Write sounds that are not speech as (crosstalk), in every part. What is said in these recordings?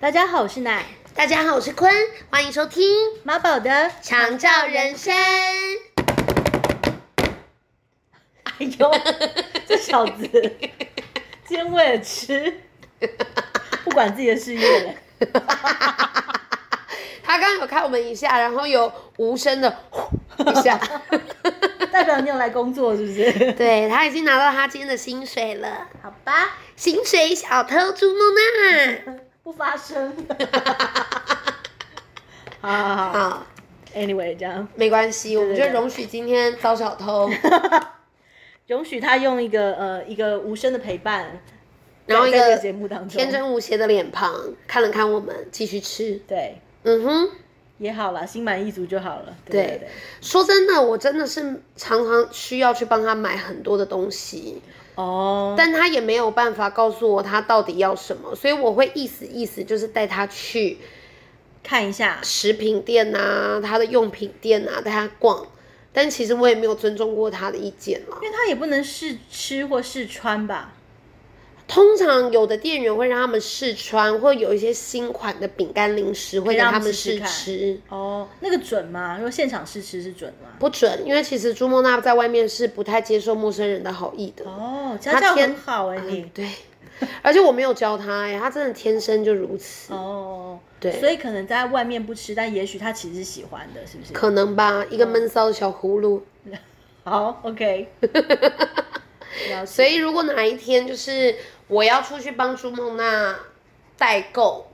大家好，我是奶大家好，我是坤，欢迎收听《妈宝的。长照人生》。哎呦， (laughs) 这小子今天为了吃，不管自己的事业了。他刚刚有看我们一下，然后有无声的呼一下。代表你有来工作是不是？对他已经拿到他今天的薪水了，好吧，薪水小偷朱梦 (laughs) 娜。不发 (laughs) 声。好好好好好， ，Anyway，这样啊没关系，我们就对对容许今天遭小偷，容许他用一个呃一个无声的陪伴，然后一在在这个个节目当中，天真无邪的脸庞看了看我们，继续吃。对嗯哼。也好啦，心满意足就好了。对对对，说真的，我真的是常常需要去帮他买很多的东西，哦，但他也没有办法告诉我他到底要什么，所以我会意思意思，就是带他去看一下，食品店呐、他的用品店啊呐、带他逛。但其实我也没有尊重过他的意见啦。因为他也不能试吃或试穿吧？通常有的店员会让他们试穿，或有一些新款的饼干零食会以给让他他们们试试试看吃。哦，那个准吗？如果现场试吃是准吗？不准，因为其实朱梦娜在外面是不太接受陌生人的好意的。哦，家他教天很好哎、你、对， (laughs) 而且我没有教他、哎，他真的天生就如此，哦，对所以可能在外面不吃，但也许他其实是喜欢的，是不是？可能吧，一个闷骚的小葫芦。好，OK，了解所以如果哪一天就是我要出去帮朱梦娜代购，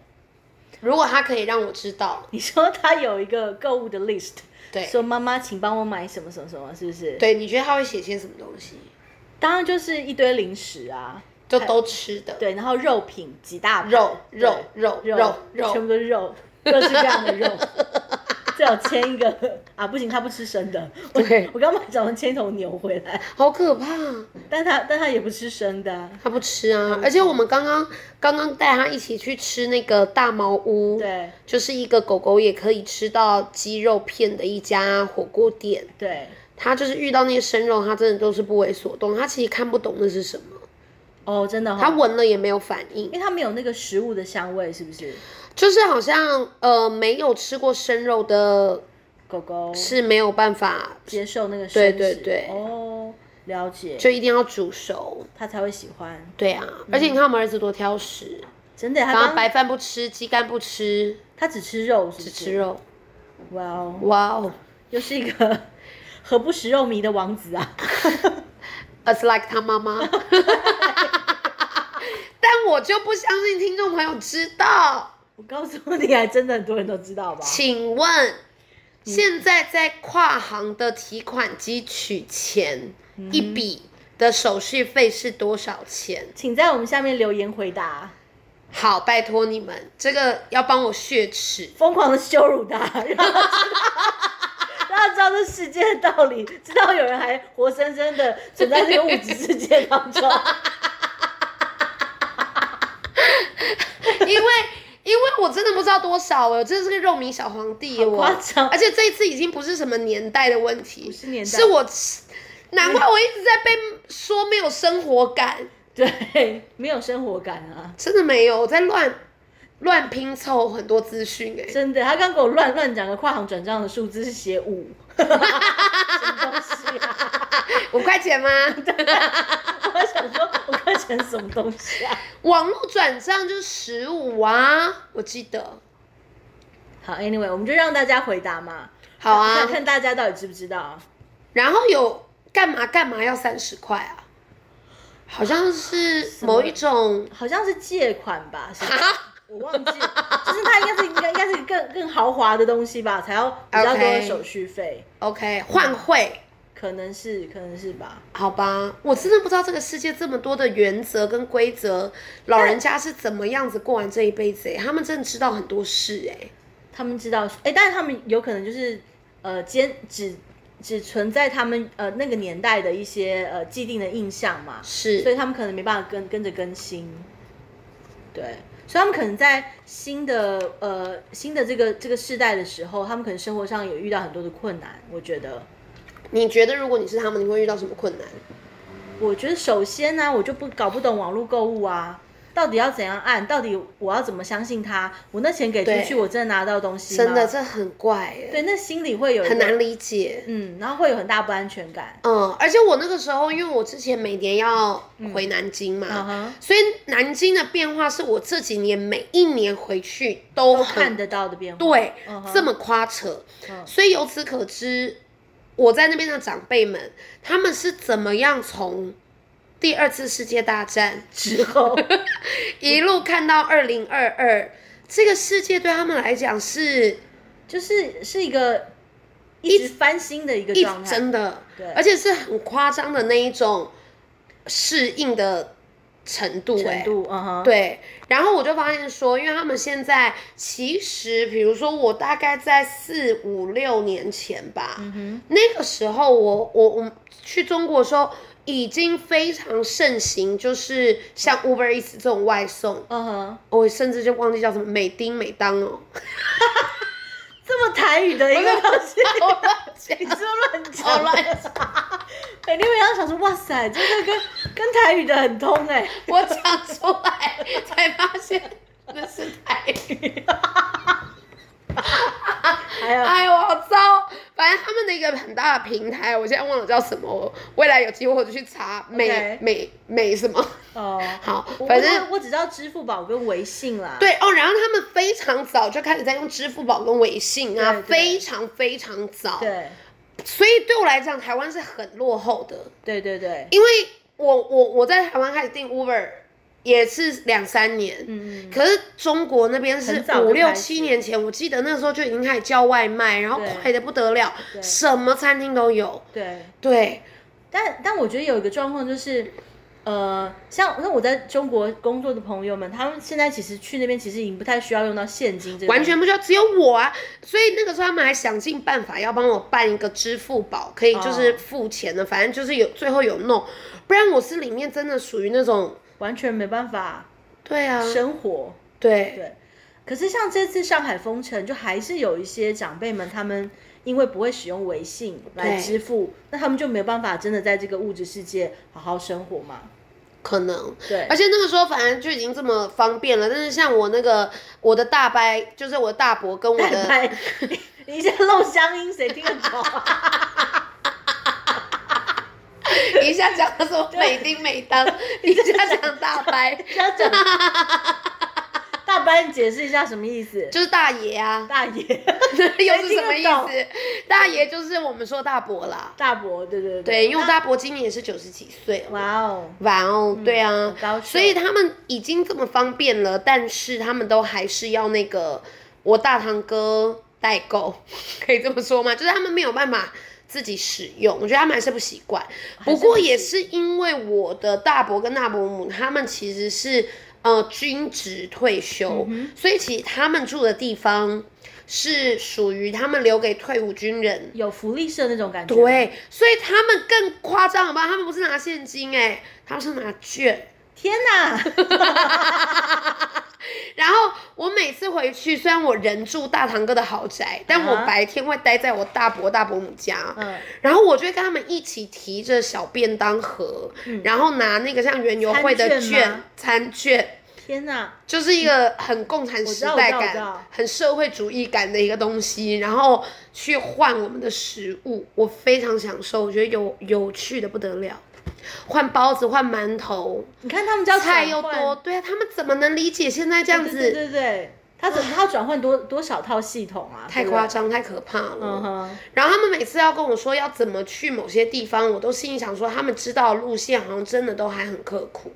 如果他可以让我知道，你说他有一个购物的 list，对说妈妈，请帮我买什么什么什么，是不是？，对，你觉得他会写些什么东西？当然就是一堆零食啊，就都吃的，对，然后肉品几大盘肉对肉肉肉全部肉，都是肉，各式各样 (laughs) 的肉。最好牵一个啊，不行，他不吃生的。我对 (laughs) 我刚刚想要牵一头牛回来，好可怕，啊但他但他也不吃生的啊、他不吃啊。而且我们刚刚刚刚带他一起去吃那个大茅屋，对就是一个狗狗也可以吃到鸡肉片的一家火锅店。对，他就是遇到那些生肉，他真的都是不为所动，他其实看不懂那是什么，哦，真的、哦，他闻了也没有反应因，为它没有那个食物的香味，是不是？就是好像呃没有吃过生肉的狗狗是没有办法，接受那个生对食对对哦，了解，就一定要煮熟。它才会喜欢。对啊，而且你看我们儿子多挑食，真的，它然后刚白饭不吃，鸡肝不吃，它只吃肉，只只吃。肉。哇哦，哇哦又是一个 (laughs) 何不食肉糜的王子啊！ (laughs) ，as like 他妈 (laughs) 妈。但我就不相信听众朋友知道。我告诉你，还真的很多人都知道吧？请问，现在在跨行的提款机取钱、一笔的手续费是多少钱？请在我们下面留言回答，好，拜托你们，这个要帮我血耻。疯狂的羞辱他， (laughs) 让他知道让他知道这世界的道理，知道有人还活生生的存在这个物质世界当中。 (laughs) 因为因为我真的不知道多少哎，我真的是个肉迷小皇帝耶好我夸张而且这一次已经不是什么年代的问题，不是年代是我，难怪我一直在被说没有生活感，对，没有生活感啊，真的没有，我在乱乱拼凑很多资讯哎。真的。他刚给我乱乱讲个跨行转账的数字是写五， (laughs) 什么东西啊？五块钱吗？ (laughs) 我想说，我看成什么东西啊？网络转账就十五啊，我记得。好，anyway，我们就让大家回答嘛，好看啊，看大家到底知不知道。然后有干嘛干嘛要三十块啊？好像是么某一种好像是借款吧，是吧啊，我忘记，就是它应该是应该应该是更更豪华的东西吧，才要比较多的 OK 手续费 OK 换汇，可能是可能是吧。好吧？我真的不知道这个世界这么多的原则跟规则，老人家是怎么样子过完这一辈子、欸？他们真的知道很多事哎、他们知道，哎、但是他们有可能就是呃，兼只只存在他们呃那个年代的一些呃既定的印象嘛，所是以他们可能没办法跟跟着更新，对，所以他们可能在新的呃新的这个这个世代的时候，他们可能生活上有遇到很多的困难，我觉得。你觉得如果你是他们，你会遇到什么困难？我觉得首先呢、我就不搞不懂网络购物啊，到底要怎样按？到底我要怎么相信他？我那钱给出去，对我真的拿到东西吗？真的这很怪耶，对，那心里会有一个很难，理解。嗯，然后会有很大不安全感。嗯，而且我那个时候，因为我之前每年要回南京嘛，嗯哼所以南京的变化是我这几年每一年回去都都很看得到的变化，对，嗯哼这么夸扯。嗯所以由此可知，我在那边的长辈们，他们是怎么样从第二次世界大战之后，一路看到二零二二，这个世界对他们来讲是 (laughs) 就是是一个一直翻新的一个一状态，真的对，而且是很夸张的那一种适应的程度、哎程。度，嗯哼，，对，然后我就发现说，因为他们现在其实，比如说我大概在四五六年前吧，嗯哼，那个时候我我我去中国的时候，已经非常盛行，就是像 Uber Eats 这种外送，嗯哼，我甚至就忘记叫什么美丁美当哦， (laughs) 这么台语的一个东西，(laughs) 我忘记哎你是不是乱我讲？乱 (laughs) 每天晚上想说，哇塞，这个跟跟台语的很通哎、我讲出来才发现那是台语，还有，哎呦好糟！反正他们的一个很大的平台，我现在忘了叫什么，我未来有机会我就去查美 OK 美美什么。哦，好我，反正我我只知道支付宝跟微信啦，，对哦，然后他们非常早就开始在用支付宝跟微信啊，对对非常非常早。对，所以对我来讲，台湾是很落后的，对对对，因为我我我在台湾开始订 Uber 也是两三年，嗯，可是中国那边是很早就五六开始七年前，我记得那时候就已经开始叫外卖，然后对快的不得了，对什么餐厅都有。对。对，但但我觉得有一个状况就是，呃，像那我在中国工作的朋友们，他们现在其实去那边其实已经不太需要用到现金这个东西，完全不需要，只有我啊。所以那个时候他们还想尽办法要帮我办一个支付宝，可以就是哦付钱的，反正就是有最后有弄，不然我是里面真的属于那种，完全没办法对啊，生活。对对，可是像这次上海封城，就还是有一些长辈们他们。因为不会使用微信来对支付，那他们就没有办法真的在这个物质世界好好生活嘛？可能。对，而且那个时候反正就已经这么方便了，但是像我那个我的大伯，就是我的大伯跟我的拜拜，你一下漏乡音，谁听得懂啊？一下讲什么美丁美当，一下讲大伯，家 (laughs) 长，大班你解释一下什么意思？就是大爷啊，大爷， (laughs) 又是什么谁意听思？大爷就是我们说大伯啦，大伯，对对对，因为我那大伯今年也是九十几岁了。哇哦，哇哦，对啊很高，兴所以他们已经这么方便了，但是他们都还是要那个我大堂哥代购， (laughs) 可以这么说吗？就是他们没有办法自己使用，我觉得他们还是不习惯。是不过不习也是因为我的大伯跟大伯母他们其实是呃军职退休，嗯所以其实他们住的地方是属于他们留给退伍军人有福利社那种感觉，，对，所以他们更夸张，好吧？他们不是拿现金、哎，他们是拿券。天 (laughs) 哪，然后我每次回去，虽然我人住大堂哥的豪宅，但我啊哈白天会待在我大伯大伯母家。嗯，然后我就会跟他们一起提着小便当盒，然后拿那个像园游会的嗯餐券券吗餐券，天哪，就是一个很共产时代我知道我知道我知感道、很社会主义感的一个东西，然后去换我们的食物，我非常享受，我觉得有有趣的不得了。换包子，换馒头，你看他们家菜又转换多，对啊，他们怎么能理解现在这样对子？对对对对，他怎么他要转换多多少套系统啊？啊太对不对夸，张，太可怕了。嗯哼，然后他们每次要跟我说要怎么去某些地方，我都心里想说，他们知道的路线好像真的都还很刻苦，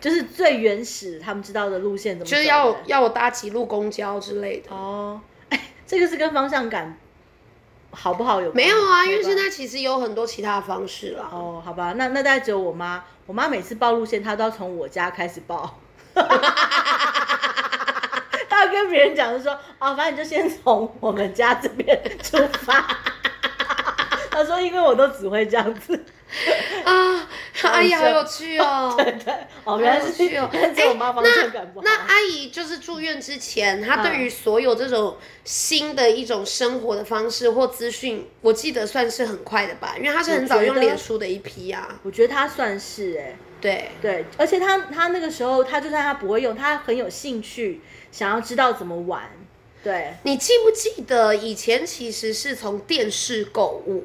就是最原始他们知道的路线怎么走就的，是要要我搭几路公交之类的。哦，哎，这个是跟方向感好不好有关没有啊，因为关现在其实有很多其他的方式啦。哦，好吧，那那大概只有我妈，我妈每次报路线，她都要从我家开始报。 (laughs) 她要跟别人讲就说，哦，反正你就先从我们家这边出发。她说，因为我都只会这样子。啊，阿姨好好笑有 (laughs) 趣哦。哦，好原来有是，趣哦！ (laughs) 哎原来是我妈方向感不好。那阿姨就是住院之前，她对嗯于所有这种新的一种生活的方式或资讯，我记得算是很快的吧，因为她是很早我觉用得脸书的一批啊。我觉得她算是哎、对，对，而且他他那个时候，他就算他不会用，他很有兴趣，想要知道怎么玩。对，你记不记得以前其实是从电视购物，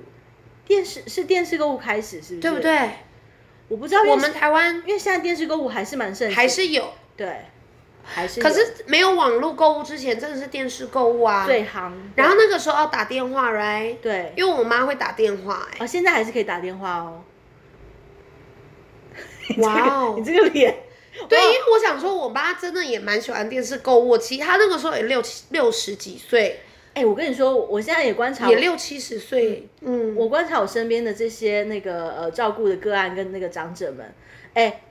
电视是电视购物开始，是不是？对不？对？我不知道，因为我们台湾因为现在电视购物还是蛮盛行，还是有，对，还是有可是没有网络购物之前真的是电视购物啊。最行。然后那个时候要打电话 right，对，因为我妈会打电话、欸，啊，现在还是可以打电话哦。哇哦 (laughs) 你这个脸，对，啊因为我想说，我妈真的也蛮喜欢电视购物，其实她那个时候也六七六十几岁，哎，我跟你说，我现在也观察也六七十岁，嗯，我观察我身边的这些那个呃照顾的个案跟那个长者们，哎，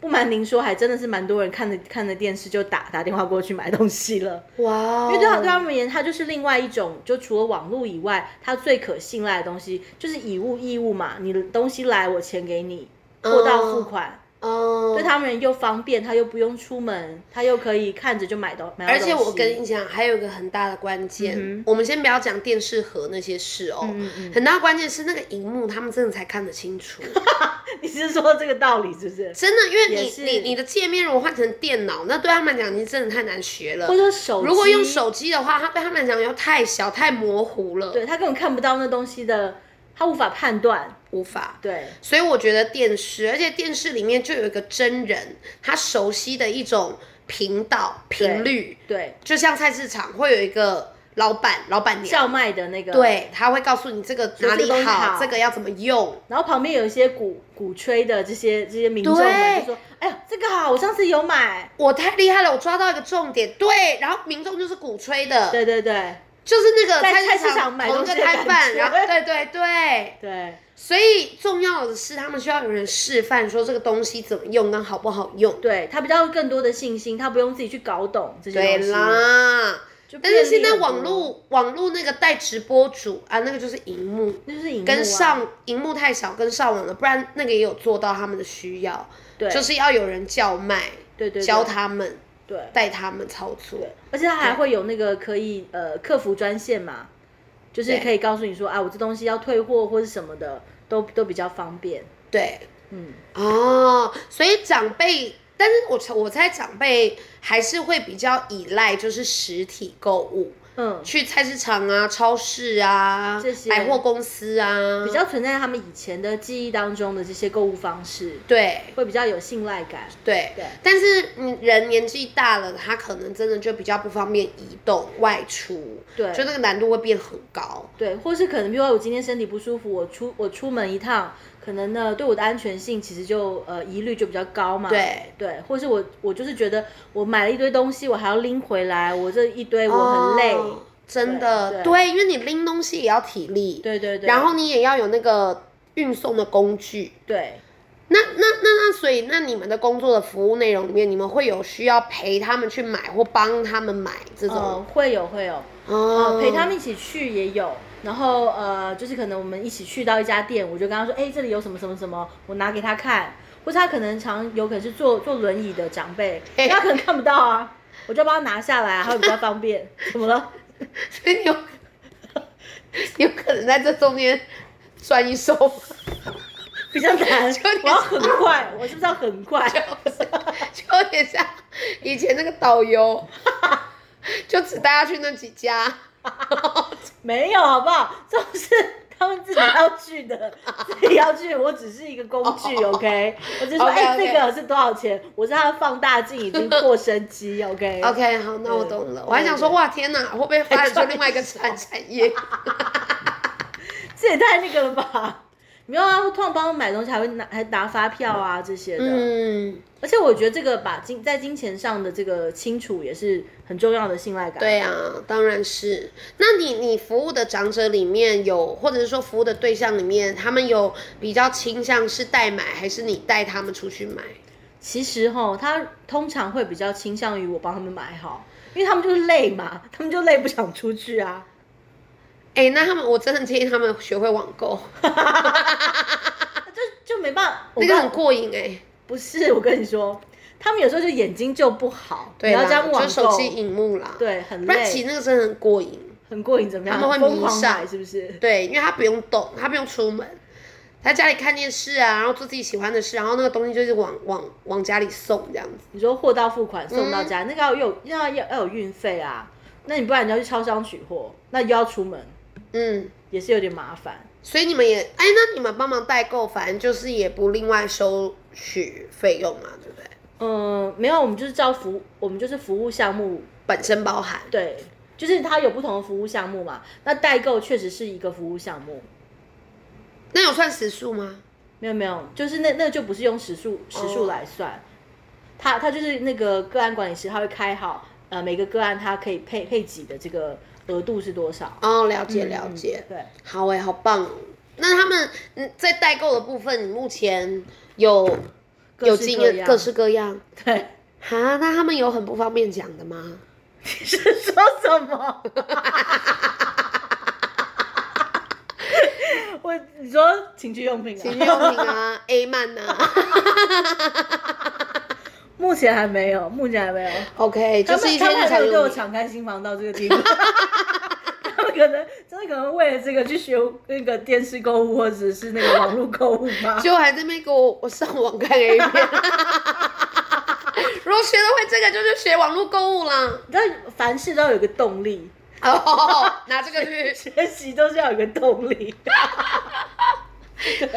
不瞒您说，还真的是蛮多人看着看着电视就打打电话过去买东西了。哇哦，因为对他对他们而言，它就是另外一种，就除了网络以外，它最可信赖的东西就是以物易物嘛，你的东西来，我钱给你，货到付款。嗯，对他们又方便，他又不用出门，他又可以看着就买到买到而东西。且我跟你讲，还有一个很大的关键，嗯哼我们先不要讲电视盒那些事哦，嗯嗯很大的关键是那个荧幕，他们真的才看得清楚， (laughs) 你是说这个道理是不是？真的，因为也你是你你的界面如果换成电脑，那对他们来讲，你真的太难学了或。者说手机如果用，手机的话，它对他们来讲又太小、太模糊了，对他根本看不到那东西的，他无法判断。无法。对，所以我觉得电视，而且电视里面就有一个真人，他熟悉的一种频道频率，对，就像菜市场会有一个老板、老板娘，叫卖的那个，，对，他会告诉你这个哪这个里东西好，好这个要怎么用。然后旁边有一些鼓鼓吹的这些这些民众们对就说：“哎呀，这个好，我上次有买。我太厉害了，我抓到一个重点，对，然后民众就是鼓吹”的，对对对就是那个在菜市市场买同东一西个的摊感贩，觉然后对对对，对，所以重要的是他们需要有人示范说这个东西怎么用跟好不好用，对他比较更多的信心，他不用自己去搞懂这些对东西。啦。就但是现在便利很多网，络网络那个带直播主啊，那个就是荧幕那就是荧幕啊跟上荧幕太小，跟上网了，不然那个也有做到他们的需要，对就是要有人叫卖，对对对教他们，对带他们操作。而且它还会有那个可以呃客服专线嘛，就是对可以告诉你说啊，我这东西要退货或是什么的，都都比较方便。对，嗯，哦，所以长辈，但是我猜我猜长辈还是会比较依赖就是实体购物，嗯，去菜市场啊、超市啊这些、百货公司啊，比较存在他们以前的记忆当中的这些购物方式，对。会比较有信赖感。对，对但是嗯，人年纪大了，他可能真的就比较不方便移动外出，对啊就那个难度会变很高。对，或是可能比如说我今天身体不舒服，我出我出门一趟，可能呢对我的安全性其实就呃疑虑就比较高嘛。对对，或是我我就是觉得我买了一堆东西，我还要拎回来，我这一堆我很累。哦真的对对对，因为你拎东西也要体力，对对对。然后你也要有那个运送的工具。对。那那那那，所以那你们的工作的服务内容里面，你们会有需要陪他们去买或帮他们买这嗯种，会有会有，哦呃，陪他们一起去也有。然后呃，就是可能我们一起去到一家店，我就跟他说，哎，这里有什么什么什么，我拿给他看。或者他可能常有可能是坐坐轮椅的长 (laughs) 辈，嘿他可能看不到啊，我就帮他拿下来啊，他会比较方便。 (laughs) 怎么了？ (laughs) 所以你有 (laughs) 你有可能在这中间赚一手吗。比较难 (laughs) 就你，我要很快，我是不是要很快？ (laughs) 就有点像以前那个导游， (laughs) 就只带他去那几家。 (laughs) 没有好不好？ (laughs) 这种是他们自己要去的，自己要去，我只是一个工具，OK？我哦只是说， OK，OK 哎，这个是多少钱？我是他的放大镜，已经过身机，OK？ OK，好，那我懂嗯了。我还想对说，对哇，天哪，会不会发展出另外一个产产 (laughs) 业？这也太那个了吧？ (laughs) 没有啊，通常帮我买东西还会拿还拿发票啊这些的，嗯，而且我觉得这个把金在金钱上的这个清楚也是很重要的信赖感。对啊，当然是。那你你服务的长者里面有，或者是说服务的对象里面，他们有比较倾向是代买，还是你带他们出去买？其实哈，他通常会比较倾向于我帮他们买好，因为他们就是累嘛，他们就累不想出去啊。哎，那他们我真的建议他们学会网购，就没办法，那个我很爸过瘾哎。不是我跟你说，他们有时候就眼睛就不好，对你要啦，这样网就购，手机荧幕啦，，对，很不然其累，实那个真的很过瘾。很过瘾，怎么样？他们会迷疯狂上买是不是？对，因为他不用动，他不用出门，在家里看电视啊，然后做自己喜欢的事，然后那个东西就是往往往家里送这样子。你说货到付款送嗯到家，那个要有要要要有运费啊，那你不然你要去超商取货，那又要出门，嗯，也是有点麻烦。所以你们也哎，那你们帮忙代购，反正就是也不另外收取费用嘛，对不对？嗯，没有，我们就是照服，我们就是服务项目，本身包含。对，就是它有不同的服务项目嘛。那代购确实是一个服务项目，那有算时数吗？没有没有，就是那那个就不是用时数时数哦来算，他他就是那个个案管理师，他会开好呃每个个案他可以配配给的这个额度是多少。哦，了解了嗯解。对，好哎、好棒、哦。那他们嗯在代购的部分，你目前有有式经各验样各式各样。对，哈，那他们有很不方便讲的吗？你是说什么？ (laughs) 我你说情趣用品啊？情趣用 (laughs) 品啊，A 漫啊目前还没有，目前还没有。 ，OK，他就们是一些他们日还常没有对用我品。敞开心房到这个地步。 (laughs) 他们可能真的可能为了这个去学那个电视购物或者是那个网络购物 (laughs) 吧。就还在那边给我我上网看 A 片。如果学得会这个，就是学网络购物啦。但凡事都有一个动力， (laughs) 哦，拿这个去，学习都是要有一个动力。 (laughs)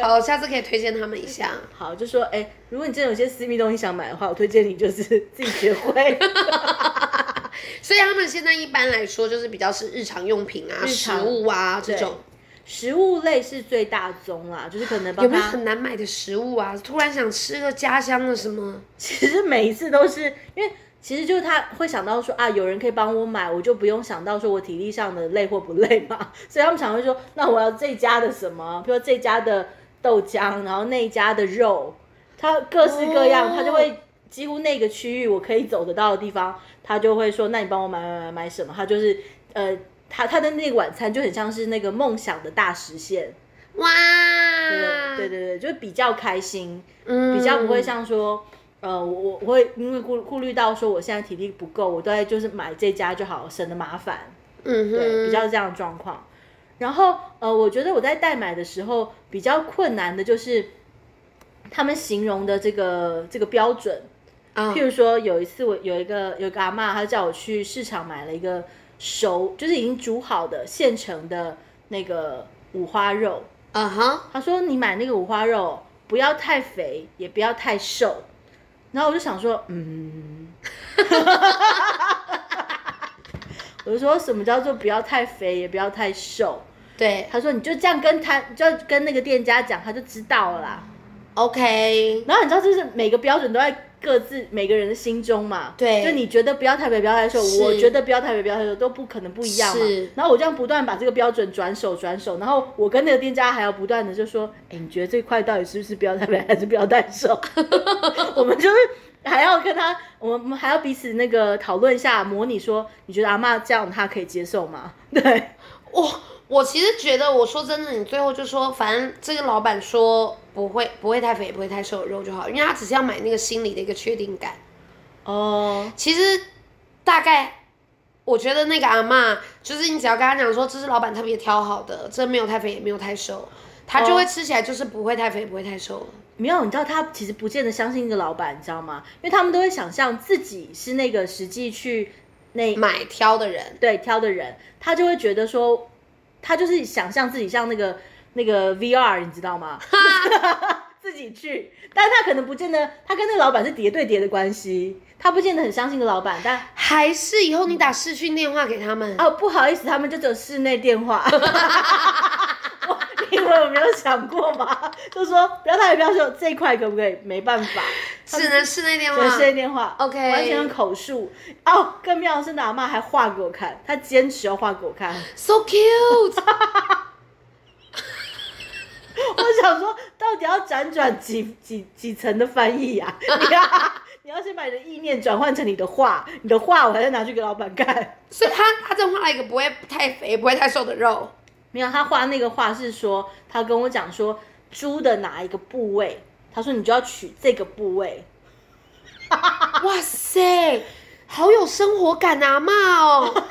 好，下次可以推荐他们一下。 (laughs) 好，就说哎、如果你真的有些私密东西想买的话，我推荐你就是自己学 (laughs) 会所以他们现在一般来说就是比较是日常用品啊、日食常物啊这对种，食物类是最大宗啦，就是可能帮有没有他。很难买的食物啊？突然想吃个家乡的什么？其实每一次都是因为，其实就是他会想到说啊，有人可以帮我买，我就不用想到说我体力上的累或不累嘛。 (laughs) 所以他们常会说，那我要这家的什么，比如说这家的豆浆，然后那家的肉，他各式各样，哦他就会几乎那个区域我可以走得到的地方，他就会说，那你帮我买买买买什么？他就是呃，他他的那个晚餐就很像是那个梦想的大实现，哇，对对对对，就比较开心。嗯比较不会像说，呃，我我我会因为顾顾虑到说我现在体力不够，我都在就是买这家就好，省得麻烦，嗯对，哼比较这样的状况。然后呃，我觉得我在代买的时候比较困难的就是他们形容的这个这个标准，啊譬如说有一次我有一个有一个阿嬷，她叫我去市场买了一个熟，就是已经煮好的现成的那个五花肉，啊哈，他说你买那个五花肉不要太肥，也不要太瘦。然后我就想说，嗯， (laughs) 我就说什么叫做不要太肥，也不要太瘦。对他说你就这样跟他，就跟那个店家讲，他就知道了啦。 ，OK，然后你知道，就是每个标准都在各自每个人的心中嘛。对就你觉得不要太肥，不要太瘦，是我觉得不要太肥，不要太瘦，都不可能不一样嘛是。然后我这样不断把这个标准转手转手，然后我跟那个店家还要不断的就说，哎，你觉得这块到底是不是不要太肥还是不要太瘦？ (laughs) 我们就是。还要跟他，我们还要彼此那个讨论一下，模拟说，你觉得阿嬷这样她可以接受吗？对，我我其实觉得，我说真的，你最后就说，反正这个老板说不会不会太肥，也不会太瘦的肉就好，因为他只是要买那个心理的一个确定感。哦，其实大概我觉得那个阿嬷，就是你只要跟他讲说，这是老板特别挑好的，这没有太肥也没有太瘦，他就会吃起来就是不会太肥，不会太瘦了。没有，你知道他其实不见得相信这个老板，你知道吗？因为他们都会想象自己是那个实际去那买挑的人，对挑的人，他就会觉得说，他就是想象自己像那个那个 VR，你知道吗？自己去，但他可能不见得，他跟那个老板是叠对叠的关系，他不见得很相信这个老板，但还是以后你打视讯电话给他们，哦不好意思，他们就只有室内电话。 (laughs) 我你以为我没有想过吗？就说不要太不要说这一块可不可以？没办法，只能室内电对，话室。内电话嗯 OK 完全用口述。哦，更妙的是，那阿妈还画给我看，她坚持要画给我 (laughs) 看。 So cute，我想说，到底要辗转几几几层的翻译 (laughs) 呀、你要你要先把你的意念转换成你的画，你的画我还要拿去给老板看。所以他他真画了一个不会太肥、不会太瘦的肉。没有，他画那个画是说，他跟我讲说猪的哪一个部位，他说你就要取这个部位。 (laughs) 哇塞，好有生活感啊，阿嬷哦！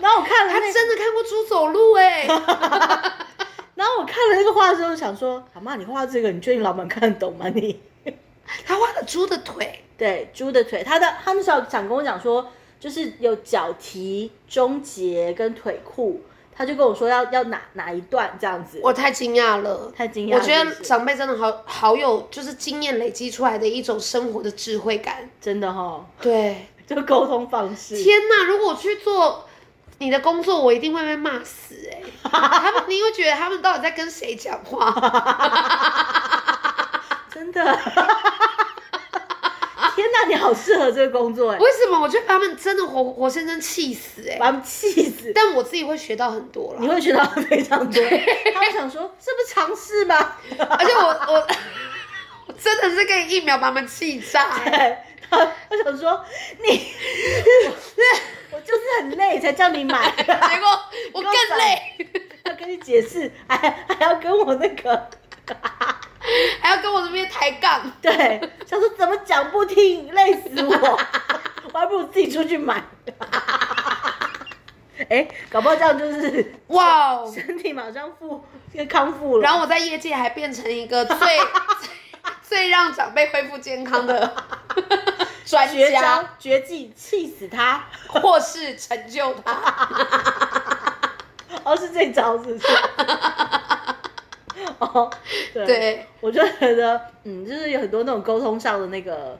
然后我看了 (laughs) 他那， (laughs) 真的看过猪走路哎、然后我看了那个画的时候想说，阿妈，你画这个，你确定老板看得懂吗？你他画的猪的腿，对猪的腿，他的他那时候想跟我讲说，就是有脚蹄、中节跟腿裤，他就跟我说要要哪哪一段这样子。我太惊讶了，太惊讶我觉是不得是长辈真的好好有，就是经验累积出来的一种生活的智慧感。真的哈，对，就沟通方式。天哪！如果我去做你的工作，我一定会被骂死哎、(laughs) 他们你会觉得他们到底在跟谁讲话？真的。天哪，你好适合这个工作哎，为什么？我觉得把他们真的活活生生气 (laughs) 死哎、把他们气死。但我自己会学到很多你了，会学到非常 (laughs) 多。他们想说，这不是尝试吗？而且我我我真的是可以一秒把他们气炸、欸。 (laughs) 对，哎他我想说，你，我就是很累才叫你买，结果我更累，要跟你解释，还还要跟我那个，还要跟我这边抬杠。 (laughs) 对，想说怎么讲不听，累死我， (laughs) 我还不如自己出去买。 (laughs) 哎，搞不好这样就是 (laughs) 哇哦！身体马上复康复了。然后我在业界还变成一个最 (laughs) 最最让长辈恢复健康 (laughs) 的专绝招家，绝技，气死他！或是成就他。哦，是这招是不 (laughs) 是？哦，对，对，我就觉得，嗯，就是有很多那种沟通上的那个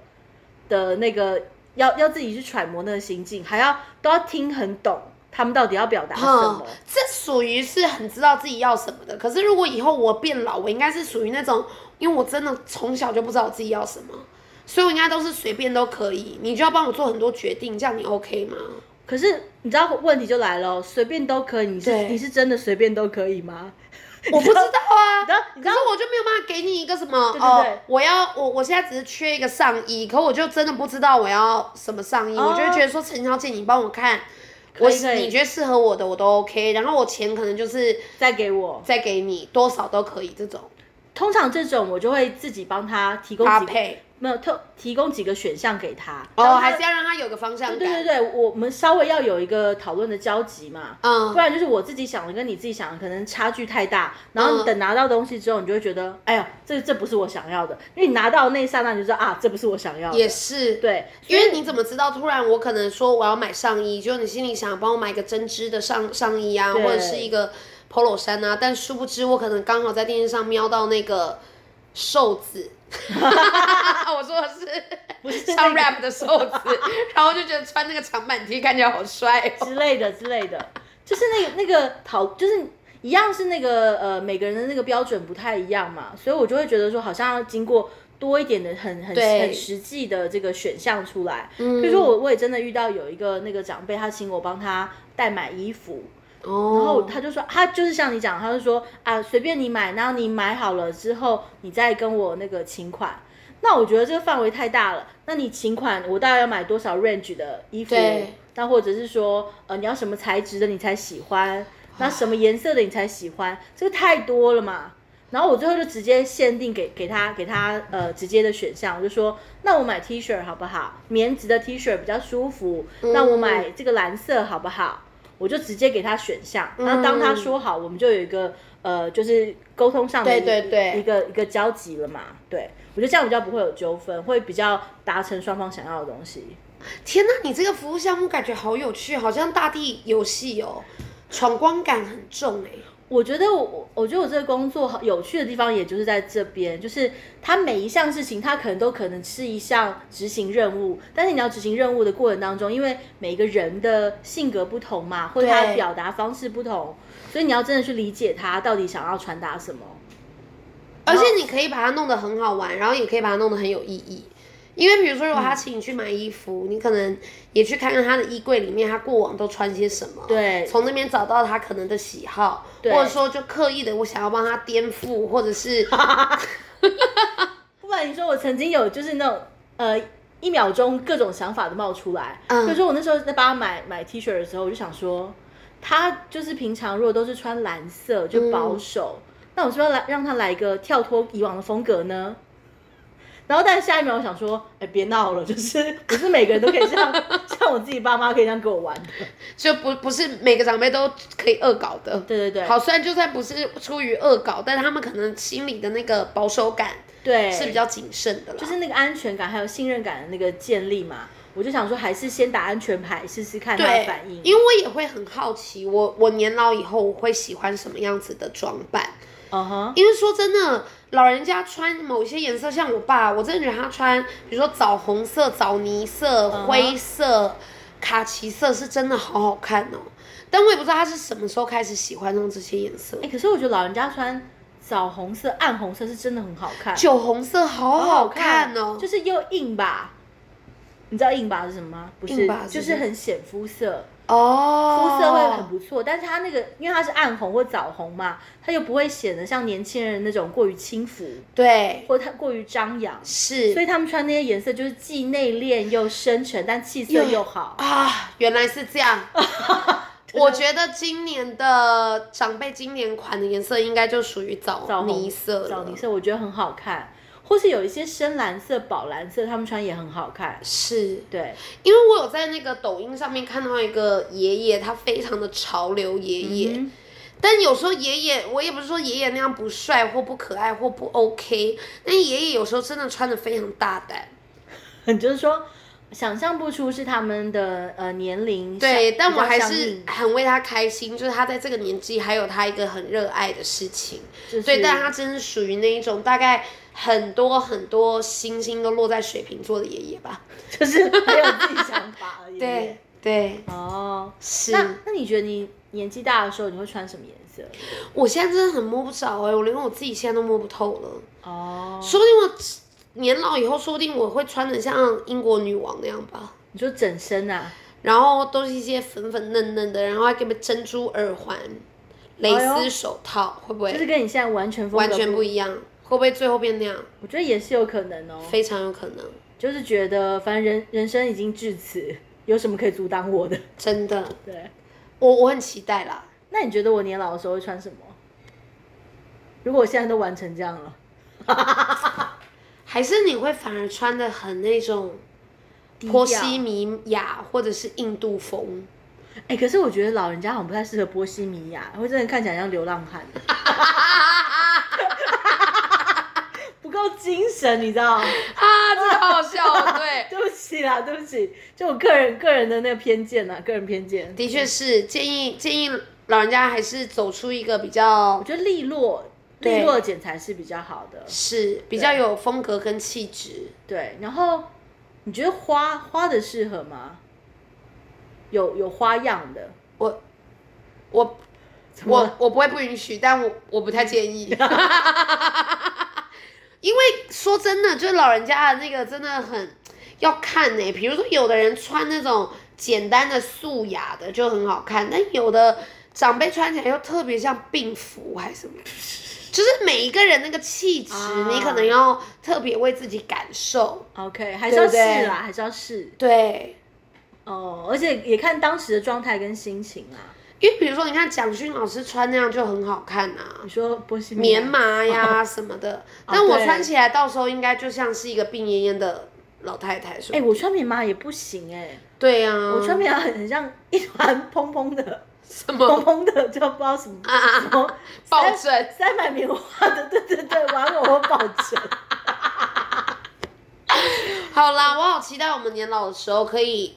的那个，要要自己去揣摩那个心境，还要都要听很懂他们到底要表达什嗯么。，这属于是很知道自己要什么的。可是如果以后我变老，我应该是属于那种，因为我真的从小就不知道我自己要什么。所以我应该都是随便都可以，你就要帮我做很多决定，这样你 OK 吗？可是你知道问题就来了哦，随便都可以，你是对你是真的随便都可以吗？我不知道啊，你知道你知 (laughs) 可道是我就没有办法给你一个什么对对对哦，我要我我现在只是缺一个上衣，可我就真的不知道我要什么上衣，哦我就会觉得说陈小姐你帮我看，可以我可以你觉得适合我的我都 OK，然后我钱可能就是再给我，再给你多少都可以这种通常这种我就会自己帮他提供搭几个，配，没有特提供几个选项给他。然哦后他还是要让他有个方向感，对对对，我们稍微要有一个讨论的交集嘛，不嗯，然就是我自己想的跟你自己想的可能差距太大，然后你嗯等拿到东西之后，你就会觉得，哎呀，这这不是我想要的，因为你拿到那一刹那你就知道啊，这不是我想要的，也是。对，因为你怎么知道？突然我可能说我要买上衣，就你心里想帮我买个针织的上上衣啊，或对者是一个 polo 衫啊，但殊不知我可能刚好在电视上瞄到那个瘦子， (laughs) 我说的不是是那唱个 rap 的瘦子， (laughs) 然后就觉得穿那个长版 T 看起来好帅哦。之类的之类的，就是那个那个讨就是。一样是那个呃，每个人的那个标准不太一样嘛，所以我就会觉得说，好像要经过多一点的很很对很实际的这个选项出来。嗯比如说嗯我我也真的遇到有一个那个长辈，他请我帮他代买衣服，然后哦，他就说，他就是像你讲，他就说啊，随便你买，然后你买好了之后，你再跟我那个请款。那我觉得这个范围太大了。那你请款，我大概要买多少 range 的衣服对？那或者是说，呃，你要什么材质的你才喜欢？那什么颜色的你才喜欢？这个太多了嘛。然后我最后就直接限定给给他给他呃直接的选项，我就说，那我买 T 恤好不好？棉质的 T 恤比较舒服。嗯那我买这个蓝色好不好？我就直接给他选项。那当他说好，我们就有一个呃，就是沟通上的一对对对一个一个交集了嘛。对我觉得这样比较不会有纠纷，会比较达成双方想要的东西。天哪，你这个服务项目感觉好有趣，好像大地游戏哦，闯关感很重哎、我觉得我我我觉得我这个工作好有趣的地方，也就是在这边，就是它每一项事情，它可能都可能是一项执行任务，但是你要执行任务的过程当中，因为每个人的性格不同嘛，或者他的对表达方式不同，所以你要真的去理解他到底想要传达什么。而且你可以把它弄得很好玩，然后也可以把它弄得很有意义。因为比如说，如果他请你去买衣服，你可能也去看看他的衣柜里面，他过往都穿些什么，对从那边找到他可能的喜好，对或者说就刻意的我想要帮他颠覆，或 (laughs) 者是不然你说我曾经有就是那种呃一秒钟各种想法都冒出来，嗯比如说我那时候在帮他买买 T 恤的时候，我就想说，他就是平常如果都是穿蓝色嗯就保守，那我是不是要来让他来一个跳脱以往的风格呢？然后但是下一秒我想说，哎，别闹了，就是不是每个人都可以像像我自己爸妈可以这样跟我玩的。就不不是每个长辈都可以恶搞的。对对对，好，虽然就算不是出于恶搞，但他们可能心里的那个保守感对，是比较谨慎的啦。就是那个安全感还有信任感的那个建立嘛。我就想说，还是先打安全牌试试看他的对反应，。因为我也会很好奇，我我年老以后我会喜欢什么样子的装扮。嗯哼，因为说真的，老人家穿某些颜色，像我爸，我真的觉得他穿，比如说枣红色、枣泥色、嗯哼灰色、卡其色，是真的好好看哦。但我也不知道他是什么时候开始喜欢上这些颜色哎、。可是我觉得老人家穿枣红色、暗红色是真的很好看，酒红色好好看哦，就是又硬吧。你知道硬吧是什么吗？不是硬吧，是就什是么很显肤色，肤哦，色会很不错。但是它那个，因为它是暗红或枣红嘛，它又不会显得像年轻人那种过于轻浮对，或太过于张扬，所是以他们穿那些颜色就是既内敛又深沉，但气色又好。啊，原来是 (laughs) 这样。我觉得今年的长辈经典款的颜色应该就属于枣枣红泥色了，枣泥色我觉得很好看，或是有一些深蓝色、宝蓝色，他们穿也很好看。是对，因为我有在那个抖音上面看到一个爷爷，他非常的潮流爷爷，嗯但有时候爷爷，我也不是说爷爷那样不帅或不可爱或不 OK，但爷爷有时候真的穿的非常大胆。 (laughs) 你就是说想象不出是他们的呃年龄相对，但比我较还相是应很为他开心，就是他在这个年纪还有他一个很热爱的事情。就是对，但他真是属于那一种大概很多很多星星都落在水瓶座的爷爷吧。就是很有自己想法而已。 (laughs) 对对，哦，是。那那你觉得你年纪大的时候你会穿什么颜色？我现在真的很摸不着哎、我连我自己现在都摸不透了。哦，说不定我年老以后，说不定我会穿的像英国女王那样吧。你说整身啊，然后都是一些粉粉嫩嫩的，然后还给你们珍珠耳环、蕾哎呦丝手套，会不就是会跟你现在完全风完格全不一样，一样？会不会最后变那样？我觉得也是有可能哦。非常有可能，就是觉得反正人人生已经至此， (laughs) 有什么可以阻挡我的？真的，对。我我很期待啦。那你觉得我年老的时候会穿什么？如果我现在都玩成这样了，还是你会反而穿的很那种低波调西米亚或者是印度 (laughs) 风？哎、可是我觉得老人家好像不太适合波西米亚，会真的看起来像流浪汉， (laughs) 啊不够精神，你知道？啊，这个好好笑哦，对， (laughs) 对不起啦，对不起，就我个人个人的那个偏见啊啦，个人偏见。的确是建议建议老人家还是走出一个比较我觉得利落利对落的剪裁是比较好的。是比较有风格跟气质。对，然后你觉得花花的适合吗？有有花样的，我我怎么我了我不会不允许，但我我不太建议。 (laughs) 因为说真的，就是老人家的那个真的很要看呢、欸比如说，有的人穿那种简单的素雅的就很好看，但有的长辈穿起来又特别像病服还是 (laughs) 什么，就是每一个人那个气质，啊你可能要特别为自己感受。 OK，还是要对不试啊对啦，还是要试对，哦，而且也看当时的状态跟心情啊啦。因为比如说，你看蒋勋老师穿那样就很好看啊你，说波西米亚棉麻 (laughs) 哦呀什么的，但我穿起来到时候应该就像是一个病恹恹的老太太，是哎、吧？我穿棉麻也不行哎、对啊，我穿棉哦麻很很像一团蓬蓬的、什蓬 (laughs) 么蓬的，就不知道什么什么抱塞枕？塞满棉花的，对对对，玩偶或抱枕。好啦，我好期待我们年老的时候可以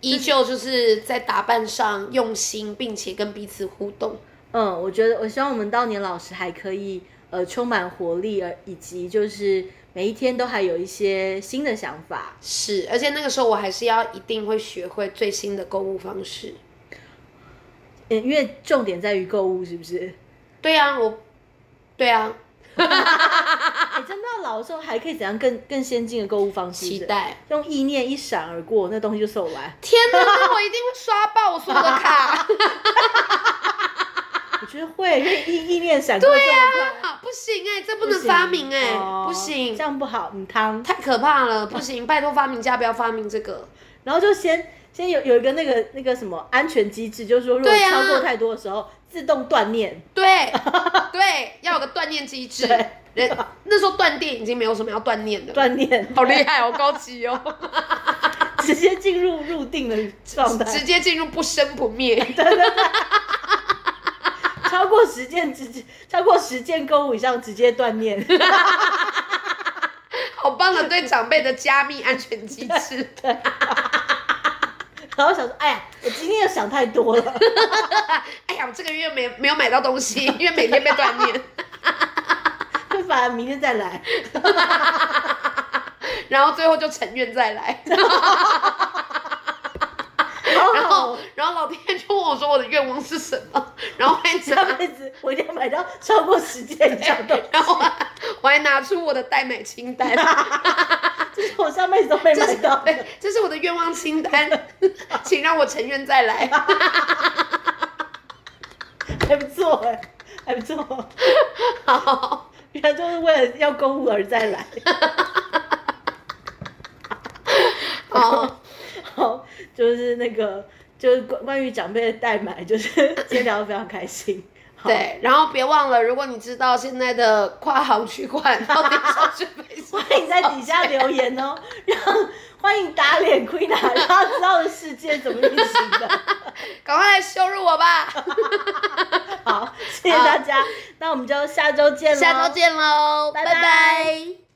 依旧就是在打扮上用心，并且跟彼此互动。 (laughs) 嗯，我觉得我希望我们到年老时还可以呃充满活力，而以及就是每一天都还有一些新的想法。是，而且那个时候我还是要一定会学会最新的购物方式。嗯，因为重点在于购物，是不是？ (laughs) 对啊，我，对啊，哎、真的到老的时候还可以怎样更更先进的购物方式？期待。用意念一闪而过，那东西就售完。 (laughs) 天哪，那我一定会刷爆我所有的卡。我觉得会，因为意意念闪过这么快，啊，不行哎、这不不能行发明哎、哦不行这，样不好，嗯汤。 (laughs) 太可怕了，不行，拜托发明家不要发明这个。然后就先现在有有一个那个那个什么安全机制，就是说如果对啊超过太多的时候，自动断念。对对，要有个断念机制对。人那时候断电已经没有什么要断念的了，断念， (laughs) 好厉害，好高级哦，直接进入入定的 (laughs) 状态直，接进入不生 (laughs) 不灭。超过十件直接超过十件购物以上直接断 (laughs) 念。好棒的对长辈的加密安全机 (laughs) 制，然后想说，哎呀，我今天又想太多了。哎呀，我这个月没没有买到东 (laughs) 西，因为每天被断念，就反而明天再来，然后最后就成愿再来，然然后 (laughs) 然后老天就问我说我的愿望是什么，然后我还 (laughs) 拿下辈子我一定要买到超过十件以上的东 (laughs) 西。然后我还我还拿出我的代买清单，这是我上辈子都 (laughs) 没这买是到的对，这是我的愿望清 (laughs) 单，请让我成愿再来，还不错哎、还不错。好，原来就是为了要购物而再来。好，好，就是那个，就是关关于长辈的代买，就是今天聊得非常开心。好，对，然后别忘了，如果你知道现在的跨行取款到底消 (laughs) 学费是多少欢迎在底下留言哦，让欢迎打脸 Queen 啊，让他知道世界怎么运行的。赶快来羞辱我吧！ (laughs) 好，谢谢大家，那我们就下周见喽。下周见喽，拜拜拜拜